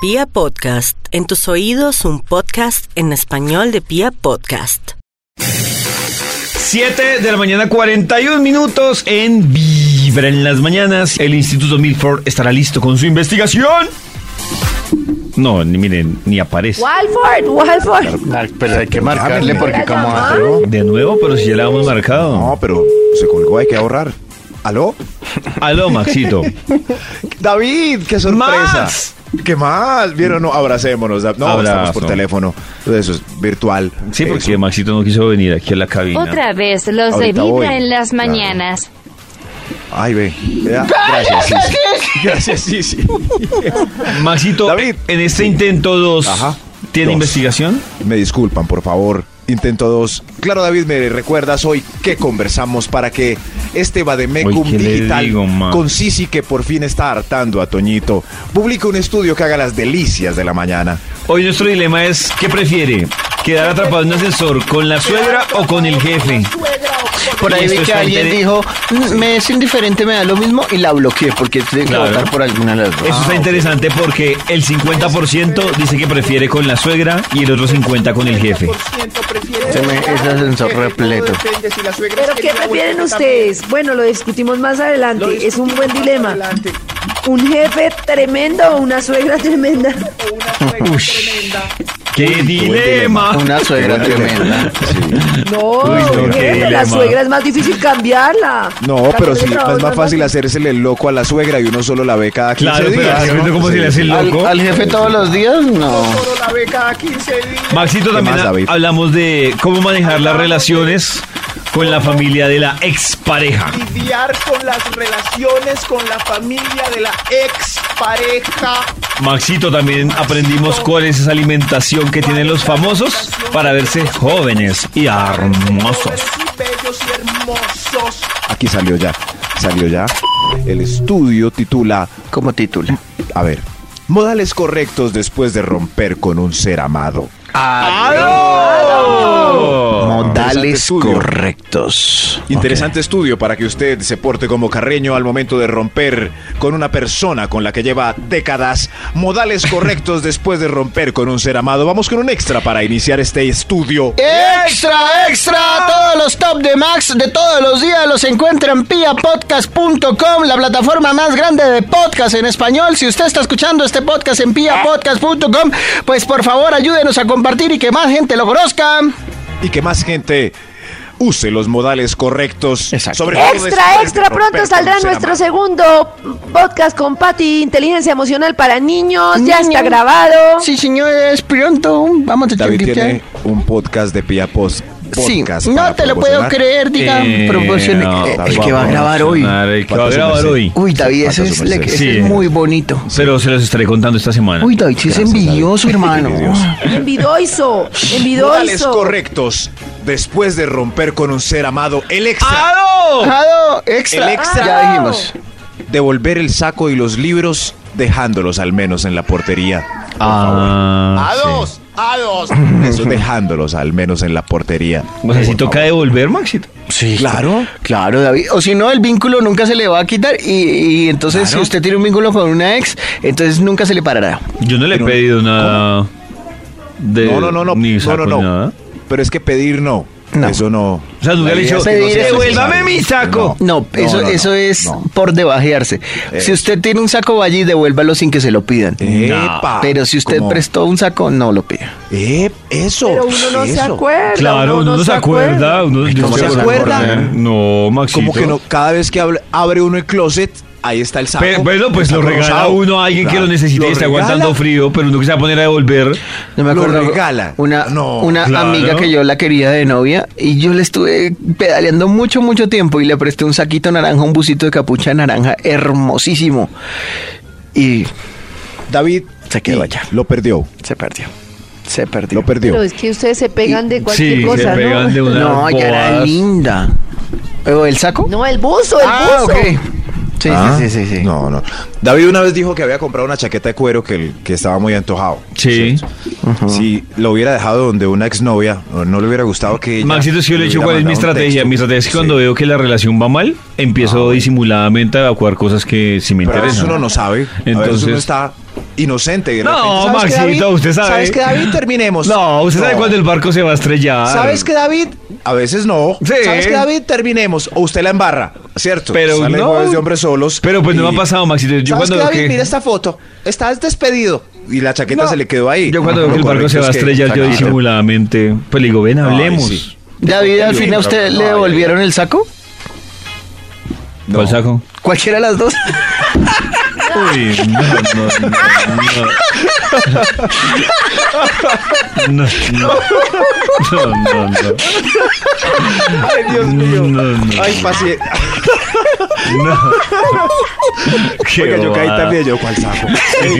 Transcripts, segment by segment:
Pia Podcast, en tus oídos un podcast en español de Pia Podcast. 7 de la mañana, 41 minutos en Vibra en las mañanas. El Instituto Milford estará listo con su investigación. No, ni miren, ni aparece. Walford, Walford. Ay, pero hay que marcarle porque como Llamar. De nuevo, pero si ya la hemos marcado. No, pero se colgó, hay que ahorrar. ¿Aló? Aló, Maxito. David, qué sorpresa. ¡Max! ¿Qué más? ¿Vieron? No, abracémonos. No, Abrazo. estamos por teléfono. Eso es virtual. Sí, porque Eso. Maxito no quiso venir aquí a la cabina. Otra vez, los de Ahorita voy. Vibra en las Claro. mañanas. Ay, ve. Ya, Gracias, sí, sí. Gracias, sí, sí. Maxito, David. en este intento 2, Ajá. ¿tiene Dos. investigación? Me disculpan, por favor. Intento dos. Claro, David, me recuerdas hoy que conversamos para que este Bademecum Uy, ¿qué le digital digo, man? con Sisi que por fin está hartando a Toñito publique un estudio que haga las delicias de la mañana. Hoy nuestro dilema es, ¿qué prefiere? ¿Quedar atrapado en un ascensor con la suegra o con el jefe? por ahí Esto vi que está alguien inter- dijo, "Mm, me es indiferente, me da lo mismo y la bloqueé porque tengo Claro. que votar por alguna de las dos. Ah, Eso está interesante porque el 50% dice que prefiere con la suegra y el otro 50% con el jefe. Se me- ese ascensor repleto. ¿Pero qué prefieren ustedes? Bueno, lo discutimos más adelante. Es un buen dilema. ¿Un jefe tremendo o una suegra tremenda? ¡Qué dilema! Una suegra tremenda. No, no, un qué jefe, la dilema. suegra es más difícil cambiarla. No, pero sí, es más fácil hacer. hacerse el loco a la suegra y uno solo la ve cada 15 Claro, pero días. ¿no? ¿no? como si le hace el loco. ¿Al, al jefe todos los días? No. Maxito, ¿Qué también más, ha- David? hablamos de cómo manejar las relaciones con la familia de la expareja. lidiar con las relaciones con la familia de la expareja. Maxito, también aprendimos cuál es esa alimentación que tienen los famosos para verse jóvenes y hermosos. Y bellos y hermosos. Aquí salió ya, salió ya. El estudio titula, Como titula. a ver, modales correctos después de romper con un ser amado. Oh. Interesante Modales estudio. correctos. Interesante estudio para que usted se porte como carreño al momento de romper con una persona con la que lleva décadas. Modales correctos después de romper con un ser amado. Vamos con un extra para iniciar este estudio. Extra, extra, todos los top de Max de todos los días los encuentran en piapodcast.com, la plataforma más grande de podcast en español. Si usted está escuchando este podcast en piapodcast.com, pues por favor ayúdenos a compartir y que más gente lo conozca. Y que más gente use los modales correctos. Exacto. Sobre todo después Extra, de extra, pronto romper saldrá con un ser nuestro amado. segundo podcast con Patti, Inteligencia Emocional para Niños, ya Niño. está grabado. Sí, señores, pronto vamos a David chequear. tiene un podcast de Pia Post. Sí, podcast para no te lo puedo promocionar. creer, diga, Eh, proporcione- no, eh, el tampoco que va a grabar hoy. El que va a grabar hoy. Uy, David, Patas ese es, sumercidas. le- ese Sí. es muy bonito. Pero se los estaré contando esta semana. Uy, David, sí es Gracias, David. envidioso, hermano. Envidioso. Envidioso, Modales envidioso. correctos después de romper con un ser amado. El Ah. extra. Ado, extra. El extra. Ya dijimos. Devolver el saco y los libros dejándolos al menos en la portería. Por favor. Ah, A sí. dos, a dos. Eso, dejándolos al menos en la portería. O sea, si Por toca favor. devolver, Maxito. Sí, claro, claro, David. O si no, el vínculo nunca se le va a quitar y, y entonces si usted tiene un vínculo con una ex, entonces nunca se le parará. Yo no le he Pero, pedido nada. De, No, no, no, no. Ni no, saco, no, ni no. nada. Pero es que pedir no. No. Eso no. O sea, nunca La le he idea dicho, es que no sea "Devuélvame necesario". mi saco. No, eso, no, no, eso es no. Eh. por debajearse. Si usted tiene un saco allí, devuélvalo sin que se lo pidan. Epa, Pero si usted como- prestó un saco, no lo pida. Eh, eso. Pero uno no se eso. acuerda. Claro, uno no se acuerda. Uno, yo ¿cómo no se sé, acuerda? ¿eh? No, Maxito. Como que no, cada vez que abre, abre uno el closet, ahí está el saco. Pe- bueno, pues Está lo regala rosado. uno a alguien que Claro. lo necesite y Lo está regala. aguantando frío, pero uno que se va a poner a devolver. No me Lo acuerdo. regala. Una, No, una claro. amiga que yo la quería de novia y yo le estuve pedaleando mucho, mucho tiempo y le presté un saquito naranja, un busito de capucha naranja hermosísimo. Y David Se quedó y allá. Lo perdió, se perdió. Se perdió. lo perdió. Pero es que ustedes se pegan de cualquier Sí, cosa, se ¿no? pegan de una. no, ya era linda. ¿O el saco? No, el buzo, el ah, buzo. ok. Sí, Ah, sí, sí, sí, sí. No, no. David una vez dijo que había comprado una chaqueta de cuero que, el- que estaba muy antojado. Sí. ¿cierto? Si lo hubiera dejado donde una exnovia, no, no le hubiera gustado que. ella Maxito, si yo le he dicho hubiera cuál es mi mandado un estrategia. texto. Mi estrategia es que Sí. Ah, cuando veo que la relación va mal, empiezo disimuladamente a evacuar cosas que sí me Pero a veces interesan. uno no sabe. Entonces. Entonces- uno está inocente. y de No, repente, ¿sabes qué, Maxito, David? usted sabe. ¿Sabes qué, David? Terminemos. No, usted sabe cuándo el barco se va a estrellar. ¿Sabes qué, David? A veces no. Sí. ¿Sabes qué, David? Terminemos. O usted la embarra, ¿cierto? Pero Salen no. jueves de hombres solos. Pero pues no me y- ha pasado, Maxito. Yo ¿Sabes cuando qué, veo David? que- Mira esta foto. Estás despedido. Y la chaqueta No. se le quedó ahí. Yo cuando Lo veo que el barco correcto se va a es que estrellar, yo sacarlo. disimuladamente, pues le digo, ven, Ay, hablemos. sí. David, al fin a usted le devolvieron el saco. ¿Cuál saco? Cualquiera de las dos. Uy, no, no, no, no. No, no. No, no, no. Ay, Dios mío. No, no. Ay, paciencia. Qué Oiga, yo caí bobada. también. Yo, ¿cuál saco?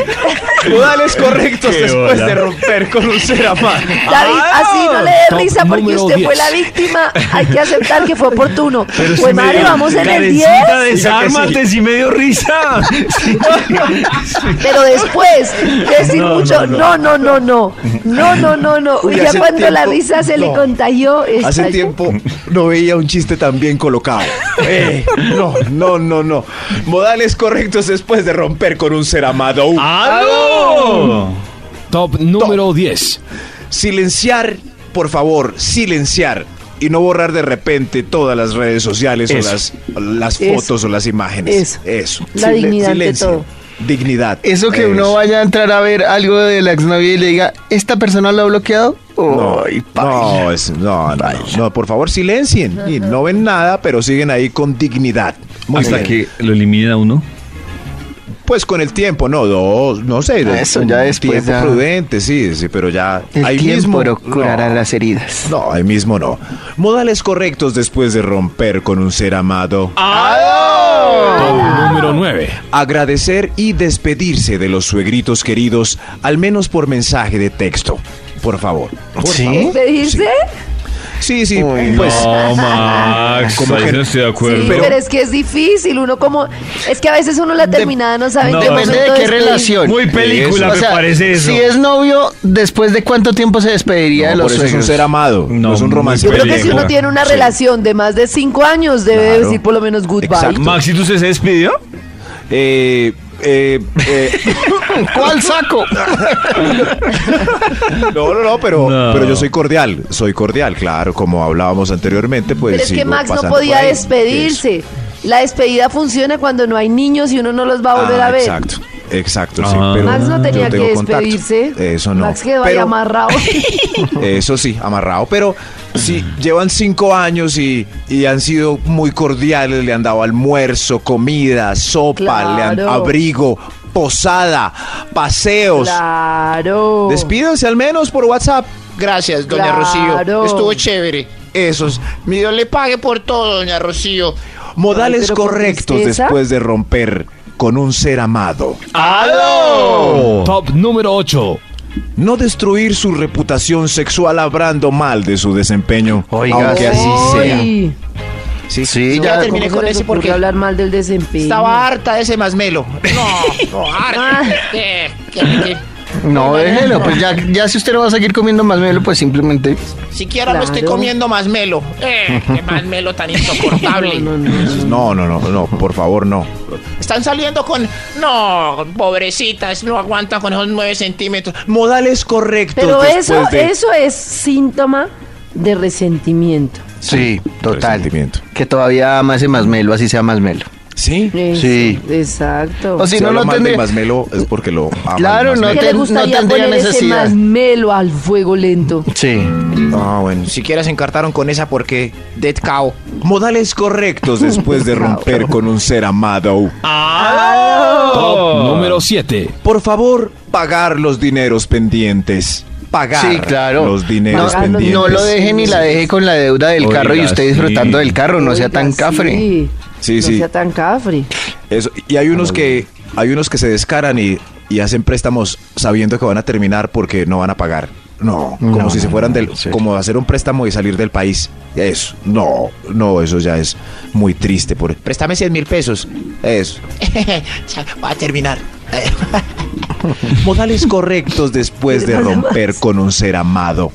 Modales correctos Qué después bola. de romper con un ser amado. David, así no le dé Top risa porque número usted 10. fue la víctima. Hay que aceptar que fue oportuno. pues si me madre, dio- vamos en el 10. Karencita, desármate si me dio risa. Pero después, decir No, mucho, no, no, no, no. No, no, no, no. Uy, ya hace cuando la tiempo- risa se le no. contagió. Hace estalló. tiempo no veía un chiste tan bien colocado. Eh, no, no, no, no. Modales correctos después de romper con un ser amado. Uh, ¡Ah, no! Top número 10. Silenciar, por favor, silenciar. Y no borrar de repente todas las redes sociales Eso. o las, las Eso. fotos o las imágenes. Eso. Eso. La dignidad ante todo. Dignidad. Eso que uno vaya a entrar a ver algo de la exnovia y le diga, ¿esta persona lo ha bloqueado? No, Uy, paila. no, es- no, no, no, no, por favor silencien. Y no ven nada, pero siguen ahí con dignidad. Muy Hasta bien. que lo eliminen a uno. Pues con el tiempo, no, dos, no sé. Ah, eso ya un después, Tiempo ya. prudente, sí, sí, pero ya. El ahí tiempo mismo, curará no, las heridas. no, ahí mismo no. Modales correctos después de romper con un ser amado. Top número 9. Agradecer y despedirse de los suegritos queridos, al menos por mensaje de texto. Por favor. Por ¿Sí? favor. ¿Pedirse? Sí, sí, Uy, pues. No, Max, Como ahí que- no estoy de acuerdo. Sí, pero, Pero- es que es difícil. Uno como. Es que a veces uno la terminada no sabe en no, qué Depende de momento qué despedir. relación. Muy película O me sea, parece eso. Si es novio, ¿después de cuánto tiempo se despediría No, por de los eso es un suegros? ser amado, No, no, es un muy romance. Yo creo que si Película. uno tiene una relación de más de cinco años, debe Claro. decir por lo menos goodbye. Exacto. Maxi, ¿tú se despidió? Eh, eh, eh, ¿Cuál saco? No, no, no, pero, No. pero yo soy cordial, soy cordial, claro, como hablábamos anteriormente, pues... Pero es que sigo Max no pasando podía por ahí, despedirse. La despedida funciona cuando no hay niños y uno no los va a que es- volver Ah, a ver. Exacto, exacto, sí, Ah. pero Max no yo tenía que tengo contacto. despedirse. Eso no. Max quedó ahí Pero- amarrado. Eso sí, amarrado, pero sí, llevan cinco años y, y han sido muy cordiales, le han dado almuerzo, comida, sopa, le han Claro. abrigo, posada, paseos. claro. Despídanse al menos por WhatsApp. Gracias, doña Claro. Rocío. Estuvo chévere. Esos Mi Dios le pague por todo, doña Rocío. Ay, modales pero con correctos tristeza. después de romper con un ser amado. Oh. Top número 8. No destruir su reputación sexual hablando mal de su desempeño. Oiga, aunque así sea. Ay, Sí, Sí, no, ya. ¿cómo terminé se con les ese ocurre porque- hablar mal del desempeño. Estaba harta de ese masmelo. No, no, harta. Ah. Eh, que- que- No, déjelo. Pues ya, ya si usted no va a seguir comiendo más melo, pues simplemente... Siquiera Claro. me estoy comiendo masmelo. Eh, qué masmelo tan insoportable. No, no, no. No, no, no, no, por favor, no. Están saliendo con. No, pobrecitas, no aguantan con esos 9 centímetros. Modales correctos Pero eso, después de eso es síntoma de resentimiento. Sí, total. Resentimiento. Que todavía ama ese más melo, así sea más melo. Sí. Eso, Sí. Exacto. O si Si no, habla no mal tendría... del masmelo es porque lo ama el Claro, no masmelo. que le ten- no gustaría tendría poner ese necesidad. más melo al fuego lento. Sí. Ah, bueno. Siquiera se encartaron con esa porque. Dead cow. Modales correctos después de romper con un ser amado. Oh. Top número 7. Por favor, pagar los dineros pendientes. Pagar Sí, claro. los dineros Pagar los- pendientes. No lo deje ni la deje con la deuda del Oiga, carro y usted disfrutando sí. del carro, no sea Oiga, tan cafre. Sí, Sí, no sí. sea tan cafre. Eso, y hay unos que hay unos que se descaran y, y hacen préstamos sabiendo que van a terminar porque no van a pagar. No, como si se fueran del como hacer un préstamo y salir del país. Eso, no, no, eso ya es muy triste por Préstame 100 mil pesos. eso. Ya, Va a terminar. Modales correctos después de romper con un ser amado.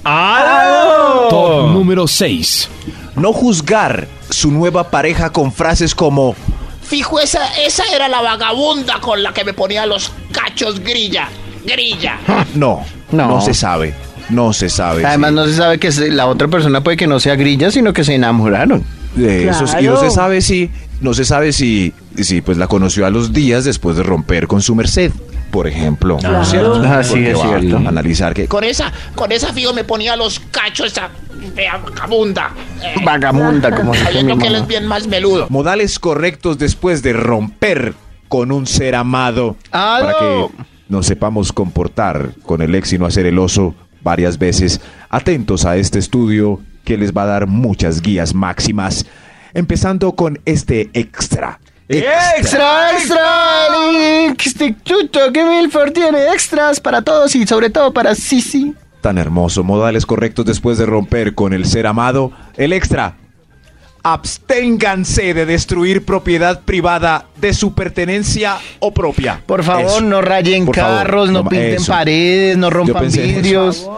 Top número 6. No juzgar su nueva pareja con frases como fijo, esa, esa era la vagabunda con la que me ponía los cachos grilla. Grilla. Ah. No, No. no, se sabe. No se sabe. Además, no se sabe que se- la otra persona puede que no sea grilla, sino que se enamoraron. De esos- y no Claro. se sabe si, no se sabe si, si pues la conoció a los días después de romper con su merced, por ejemplo. ¿no es cierto? Ah, sí, Porque es va cierto. a Analizar que Con esa, con esa fijo me ponía los cachos esa fea vagabunda. Eh, Vagamunda, como dice mi sabiendo que él mamá. es bien más meludo. modales correctos después de romper con un ser amado. ¡Aló! Para que nos sepamos comportar con el ex y no hacer el oso varias veces. Atentos a este estudio que les va a dar muchas guías máximas. Empezando con este extra. Extra, extra, el Instituto que Milford tiene extras para todos y sobre todo para Sisi. Tan hermoso. Modales correctos después de romper con el ser amado. El extra. Absténganse de destruir propiedad privada de su pertenencia o propia. Por favor, Eso. no rayen Por favor, carros, no, ma- pinten eso. paredes, no rompan pensé en eso. vidrios.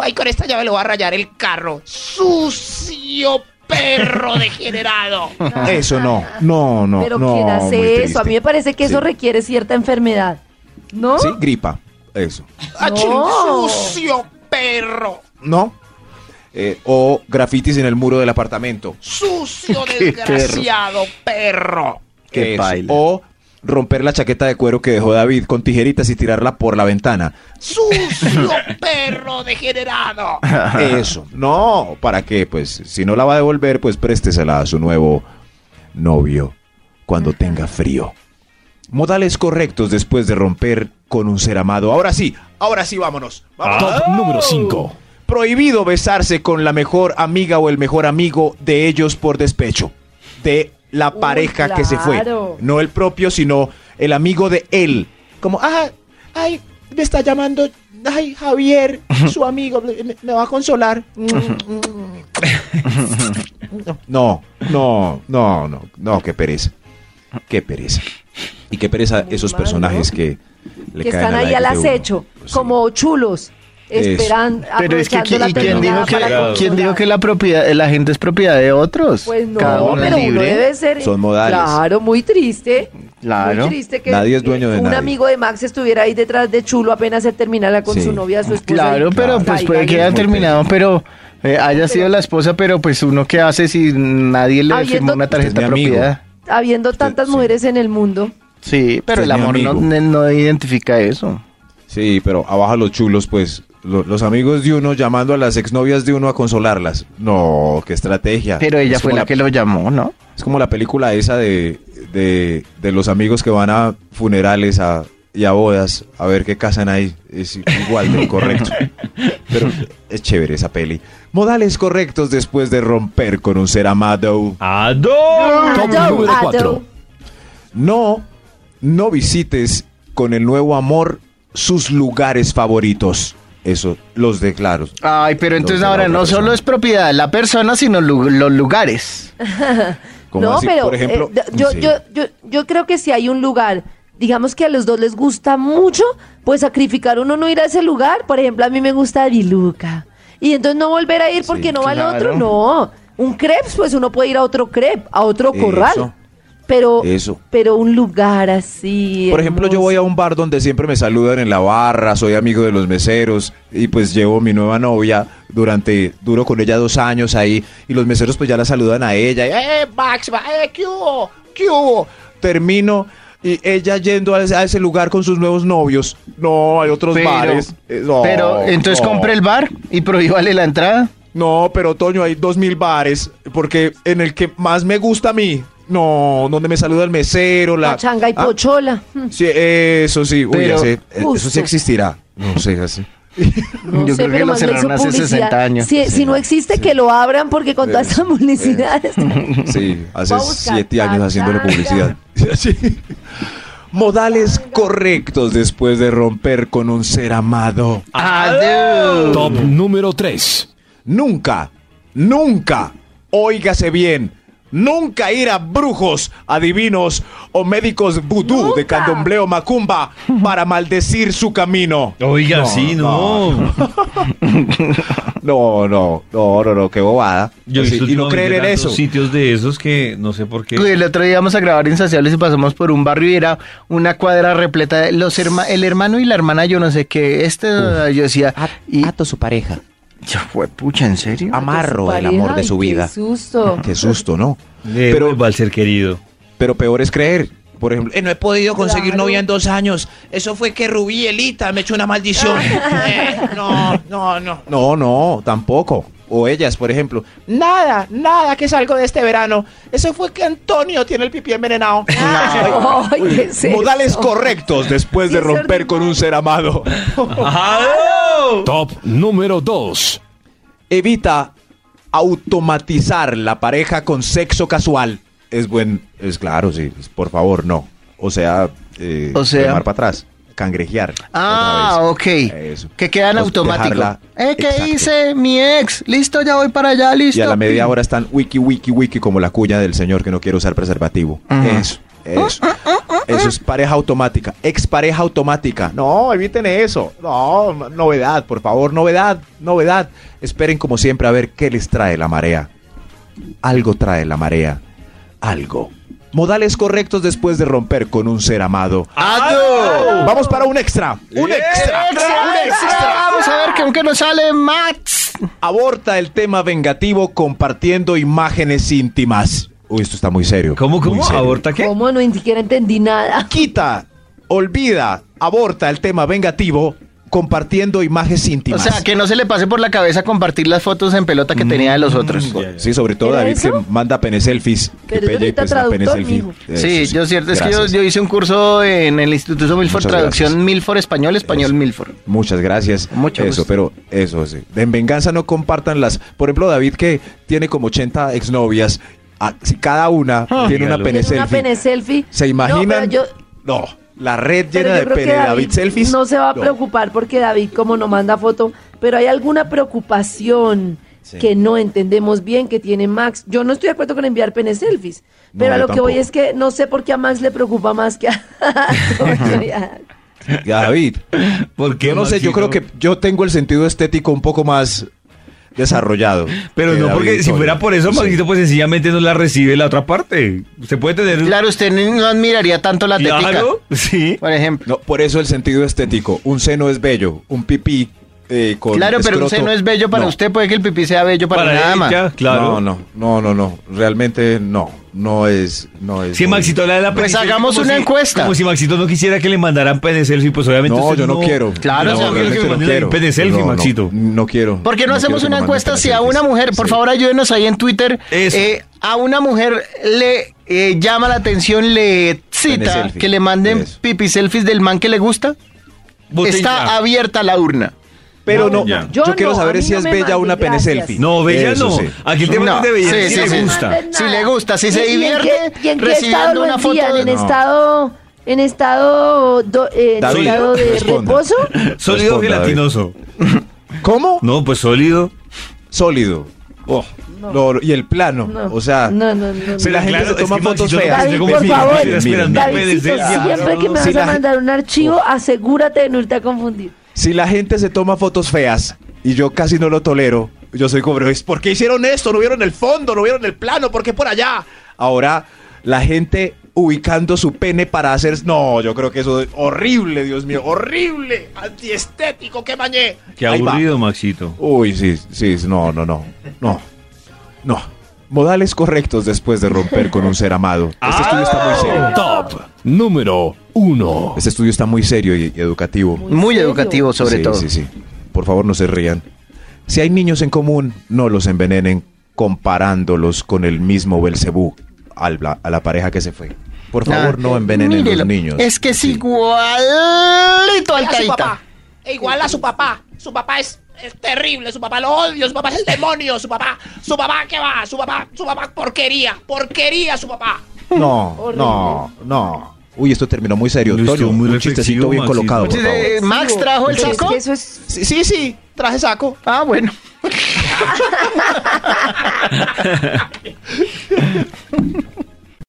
Ay, con esta llave le voy a rayar el carro. Sucio perro degenerado. Eso no, no, no. Pero no, ¿quién muy hace eso? triste. A mí me parece que eso Sí. requiere cierta enfermedad. ¿No? Sí, gripa. Eso. Ah, Achín, No. Sucio perro. ¿No? Eh, o grafitis en el muro del apartamento. Sucio desgraciado perro. que Qué es- paila. O romper la chaqueta de cuero que dejó David con tijeritas y tirarla por la ventana. Sucio perro degenerado. Eso. No, ¿para qué? Pues si no la va a devolver, pues préstesela a su nuevo novio cuando tenga frío. Modales correctos después de romper con un ser amado. Ahora sí, ahora sí, vámonos. vámonos. Ah. Top número 5. Prohibido besarse con la mejor amiga o el mejor amigo de ellos por despecho. De la Uy, pareja que se fue. claro. No el propio, sino el amigo de él. Como, ah, ay, me está llamando, ay, Javier, su amigo, me, me va a consolar. Mm, No, no, no, no, no, qué pereza. Qué pereza. Y qué pereza Muy esos mal, personajes ¿no? que le que caen están a la ahí al ex de uno. acecho, Sí. como chulos, Eso. esperando, Pero es que aprovechando la ¿y quién dijo oportunidad que, para ¿quién dijo controlar? que la propiedad, la gente es propiedad de otros? Pues no, Cada uno es pero uno libre. debe ser. Son modales. Claro, muy triste. Claro. Muy triste que Nadie es dueño de un nadie. amigo de Max estuviera ahí detrás de Chulo apenas se terminara con Sí. su novia, su esposa. Claro, y- pero pues Ay, puede que ay, haya muy terminado, pero eh, haya sido la esposa, pero pues uno qué hace si nadie le Habiendo- firmó una Usted es tarjeta de mi amigo. propiedad. Habiendo tantas sí. mujeres en el mundo. Sí, pero Usted el es mi amor no, amigo. no identifica eso. Sí, pero abajo los chulos, pues lo- los amigos de uno llamando a las exnovias de uno a consolarlas. No, qué estrategia. Pero ella Es fue como la que lo llamó, ¿no? Es como la película esa de, de, de los amigos que van a funerales a, y a bodas a ver qué casan ahí. Es igual de correcto. Pero es chévere esa peli. Modales correctos después de romper con un ser amado. ¡Ado! Top Ado, número ado. 4. No, no visites con el nuevo amor sus lugares favoritos. Eso los declaro. Ay, pero Los entonces de la ahora otra no solo persona. es propiedad de la persona, sino lu- los lugares. Como no, así, pero por ejemplo, eh, yo, sí. yo, yo, yo creo que si hay un lugar, digamos que a los dos les gusta mucho, pues sacrificar uno no ir a ese lugar. Por ejemplo, a mí me gusta Ariluca. Y entonces no volver a ir porque no va al claro. otro, no. Un crepes, pues uno puede ir a otro crepe, a otro Eso. corral. Pero, Eso. pero un lugar así. Por ejemplo, yo voy a un bar donde siempre me saludan en la barra, soy amigo de los meseros y pues llevo mi nueva novia durante, duro con ella dos años ahí y los meseros pues ya la saludan a ella. y, ¡Eh, Max! va, ¡Eh, qué hubo! qué hubo?". Termino y ella yendo a ese, a ese lugar con sus nuevos novios. No, hay otros Pero, bares. Eh, no, pero entonces no. compre el bar y prohíbale la entrada. No, pero Toño, hay dos mil bares porque en el que más me gusta a mí. No, donde me saluda el mesero, la... Changa y Ah, pochola. Sí, eso sí, uy, Pero- ya sé, eh, eso sí Justo. existirá. No sé, así. No Yo sé, creo que pero lo más le hizo cerraron hace publicidad. 60 años. Si, si no existe, que lo abran porque con Sí. toda esa publicidad. Sí, hace Voy a buscar siete años tanta haciéndole vaina. publicidad. Sí. Modales correctos después de romper con un ser amado. Top número 3. Nunca, nunca, óigase bien, Nunca ir a brujos, adivinos o médicos vudú de Nunca. candombleo macumba para maldecir su camino. Oiga, No, sí, no. No, no, no, no, no, qué bobada. Yo he Así, visto y no últimamente creer en tantos eso. sitios de esos que no sé por qué. Uy, El otro día íbamos a grabar Insaciables y pasamos por un barrio y era una cuadra repleta de los herma- el hermano y la hermana, yo no sé qué. Este, yo decía, Ah, y Ato su pareja. ya fue, pucha, ¿en serio? Amarro el Pareja, amor de ay, su qué vida. susto. Qué susto, ¿no? Pero Pero- va al ser querido. Pero peor es creer. Por ejemplo, Eh, no he podido conseguir Claro. novia en dos años. Eso fue que Rubí Elita me echó una maldición. Eh, no, no, no. No, no, tampoco. O ellas, por ejemplo. Nada, nada que salgo de este verano. Eso fue que Antonio tiene el pipí envenenado. Ay, ¿qué es eso? Modales correctos después Sí, de es cierto. romper con un ser amado. Top número 2. Evita automatizar la pareja con sexo casual. Es buen, es claro, sí. es- Por favor, no. O sea, eh, O sea. remar para atrás, cangrejear. Ah, otra vez. ok. Eso. Que quedan Os- automático. dejarla- Eh, ¿qué Exacto. hice? Mi ex. Listo, ya voy para allá, listo. Y a la media hora están wiki, wiki, wiki, como la cuña del señor que no quiere usar preservativo. Eso, eso. Eso es pareja automática. Expareja automática. No, eviten eso. No, m- novedad, por favor, novedad, novedad. Esperen como siempre a ver qué les trae la marea. Algo trae la marea. Algo. Modales correctos después de romper con un ser amado. Vamos para un extra. Un extra. Un extra. Vamos a ver que aunque no sale Max. Aborta el tema vengativo compartiendo imágenes íntimas. Uy, esto está muy serio. ¿Cómo, Muy cómo? serio. ¿Aborta qué? ¿Cómo? No, ni siquiera entendí nada. Quita, olvida, aborta el tema vengativo compartiendo imágenes O íntimas. sea, que no se le pase por la cabeza compartir las fotos en pelota que tenía de los otros. Sí, sobre todo ¿Era David eso? que manda pene selfies. Pero que pues, yo ahorita pene traductor, mijo. Eso Sí, yo cierto, es que Eh, yo, gracias. yo hice un curso en el Instituto Milford, Muchas traducción gracias. Milford español, español Eso. Milford. Muchas gracias. Mucho eso, gusto. pero eso sí. En venganza no compartan las. Por ejemplo, David que tiene como 80 exnovias, ah, si cada una Ah. tiene una Dígalo. pene Tiene una selfie. pene selfie. ¿Se No, imaginan? pero No, yo- la red pero llena yo de creo pene que de David selfies. No se va a No. preocupar porque David, como no manda foto, pero hay alguna preocupación que no entendemos bien que tiene Max. Yo no estoy de acuerdo con enviar pene selfies, No, pero a yo lo que voy tampoco. es que no sé por qué a Max le preocupa más que a Antonio. Ya, David. Porque Yo no sé, yo creo que yo tengo el sentido estético un poco más desarrollado. Pero que no, porque David si Soria. fuera por eso, Sí. Maxito, pues sencillamente no la recibe la otra parte. Se puede tener un Claro, usted ni- no admiraría tanto la tética, Claro, sí. por ejemplo. No, por eso el sentido estético. Un seno es bello, un pipí eh, con Claro, pero un escroto- seno es bello para No. usted, puede que el pipí sea bello para, Para nada ella, más. Ah, claro. No, no, no, no, no. Realmente no. No es, no es. Si no es- Maxito habla de la Pues pene selfie hagamos como una si- encuesta. Como si Maxito no quisiera que le mandaran pene selfie, pues obviamente. No, usted yo no, quiero. Claro, no, yo quiero realmente que me no manden quiero. pene selfie, No, no, Maxito. No quiero. ¿Por qué no, quiero hacemos que una me manden encuesta pene si a selfies? una mujer, por Sí. favor ayúdenos ahí en Twitter, Eso. eh, a una mujer le eh, llama la atención, le cita selfie. que le manden Eso. pipi selfies del man que le gusta? Botella. Está abierta la urna. Pero No, no, ya. yo, Yo quiero no, a saber mí si no es me bella manden, una pene gracias. selfie. No, bella Eso no. sí. Aquí el tema No, es de belleza. sí, si sí, le sí. gusta. Nada. Si le gusta, si ¿Y- se y en divierte qué- ¿Y en qué recibiendo estado lo una foto envían? de- ¿En No. estado, en estado, do- eh, en David, estado de responda. reposo? Sólido Responda, David. gelatinoso. ¿Cómo? No, pues sólido. Sólido. Oh, no, no, y el plano. No. O sea, No, no, no, si no. la gente Claro, se es toma que fotos Maxito no feas. David, por Miren, favor. miren, miren. Esperando. Davidcito, Ah, siempre que me sí, vas la a gen- mandar un archivo, asegúrate de no irte a confundir. Si la gente se toma fotos feas y yo casi no lo tolero, yo soy como, "Es, ¿por qué hicieron esto? ¿No vieron el fondo? ¿No vieron el plano? ¿Por qué por allá? Ahora, la gente ubicando su pene para hacer... No, yo creo que eso es horrible, Dios mío, horrible. Antiestético, qué bañé. Qué Ahí va. aburrido, Maxito. Uy, sí, sí, no, no, no, no, no. Modales correctos después de romper con un ser amado. Este estudio está Ah. muy serio. Top número 1. Este estudio está muy serio y, y educativo. Muy serio? educativo sobre Sí, todo. Sí, sí. Por favor, no se rían. Si hay niños en común, no los envenenen comparándolos con el mismo Belcebú al bla- a la pareja que se fue. Por favor, Ah, no envenenen mírelo, los niños. Es que es Sí. igualito al a su Taita. papá. E igual a su papá. Su papá es, es terrible. Su papá lo odio. Su papá es el demonio. Su papá. Su papá, ¿qué va? Su papá. Su papá, porquería. Porquería, su papá. No, Horrible. no, no. Uy, esto terminó muy serio. Uy, estuvo Toño, muy un reflexivo, chistecito bien Maxito. colocado, por Sí, favor. eh, Max trajo el Pero es saco. que eso es Sí, sí, sí. Traje saco. Ah, bueno.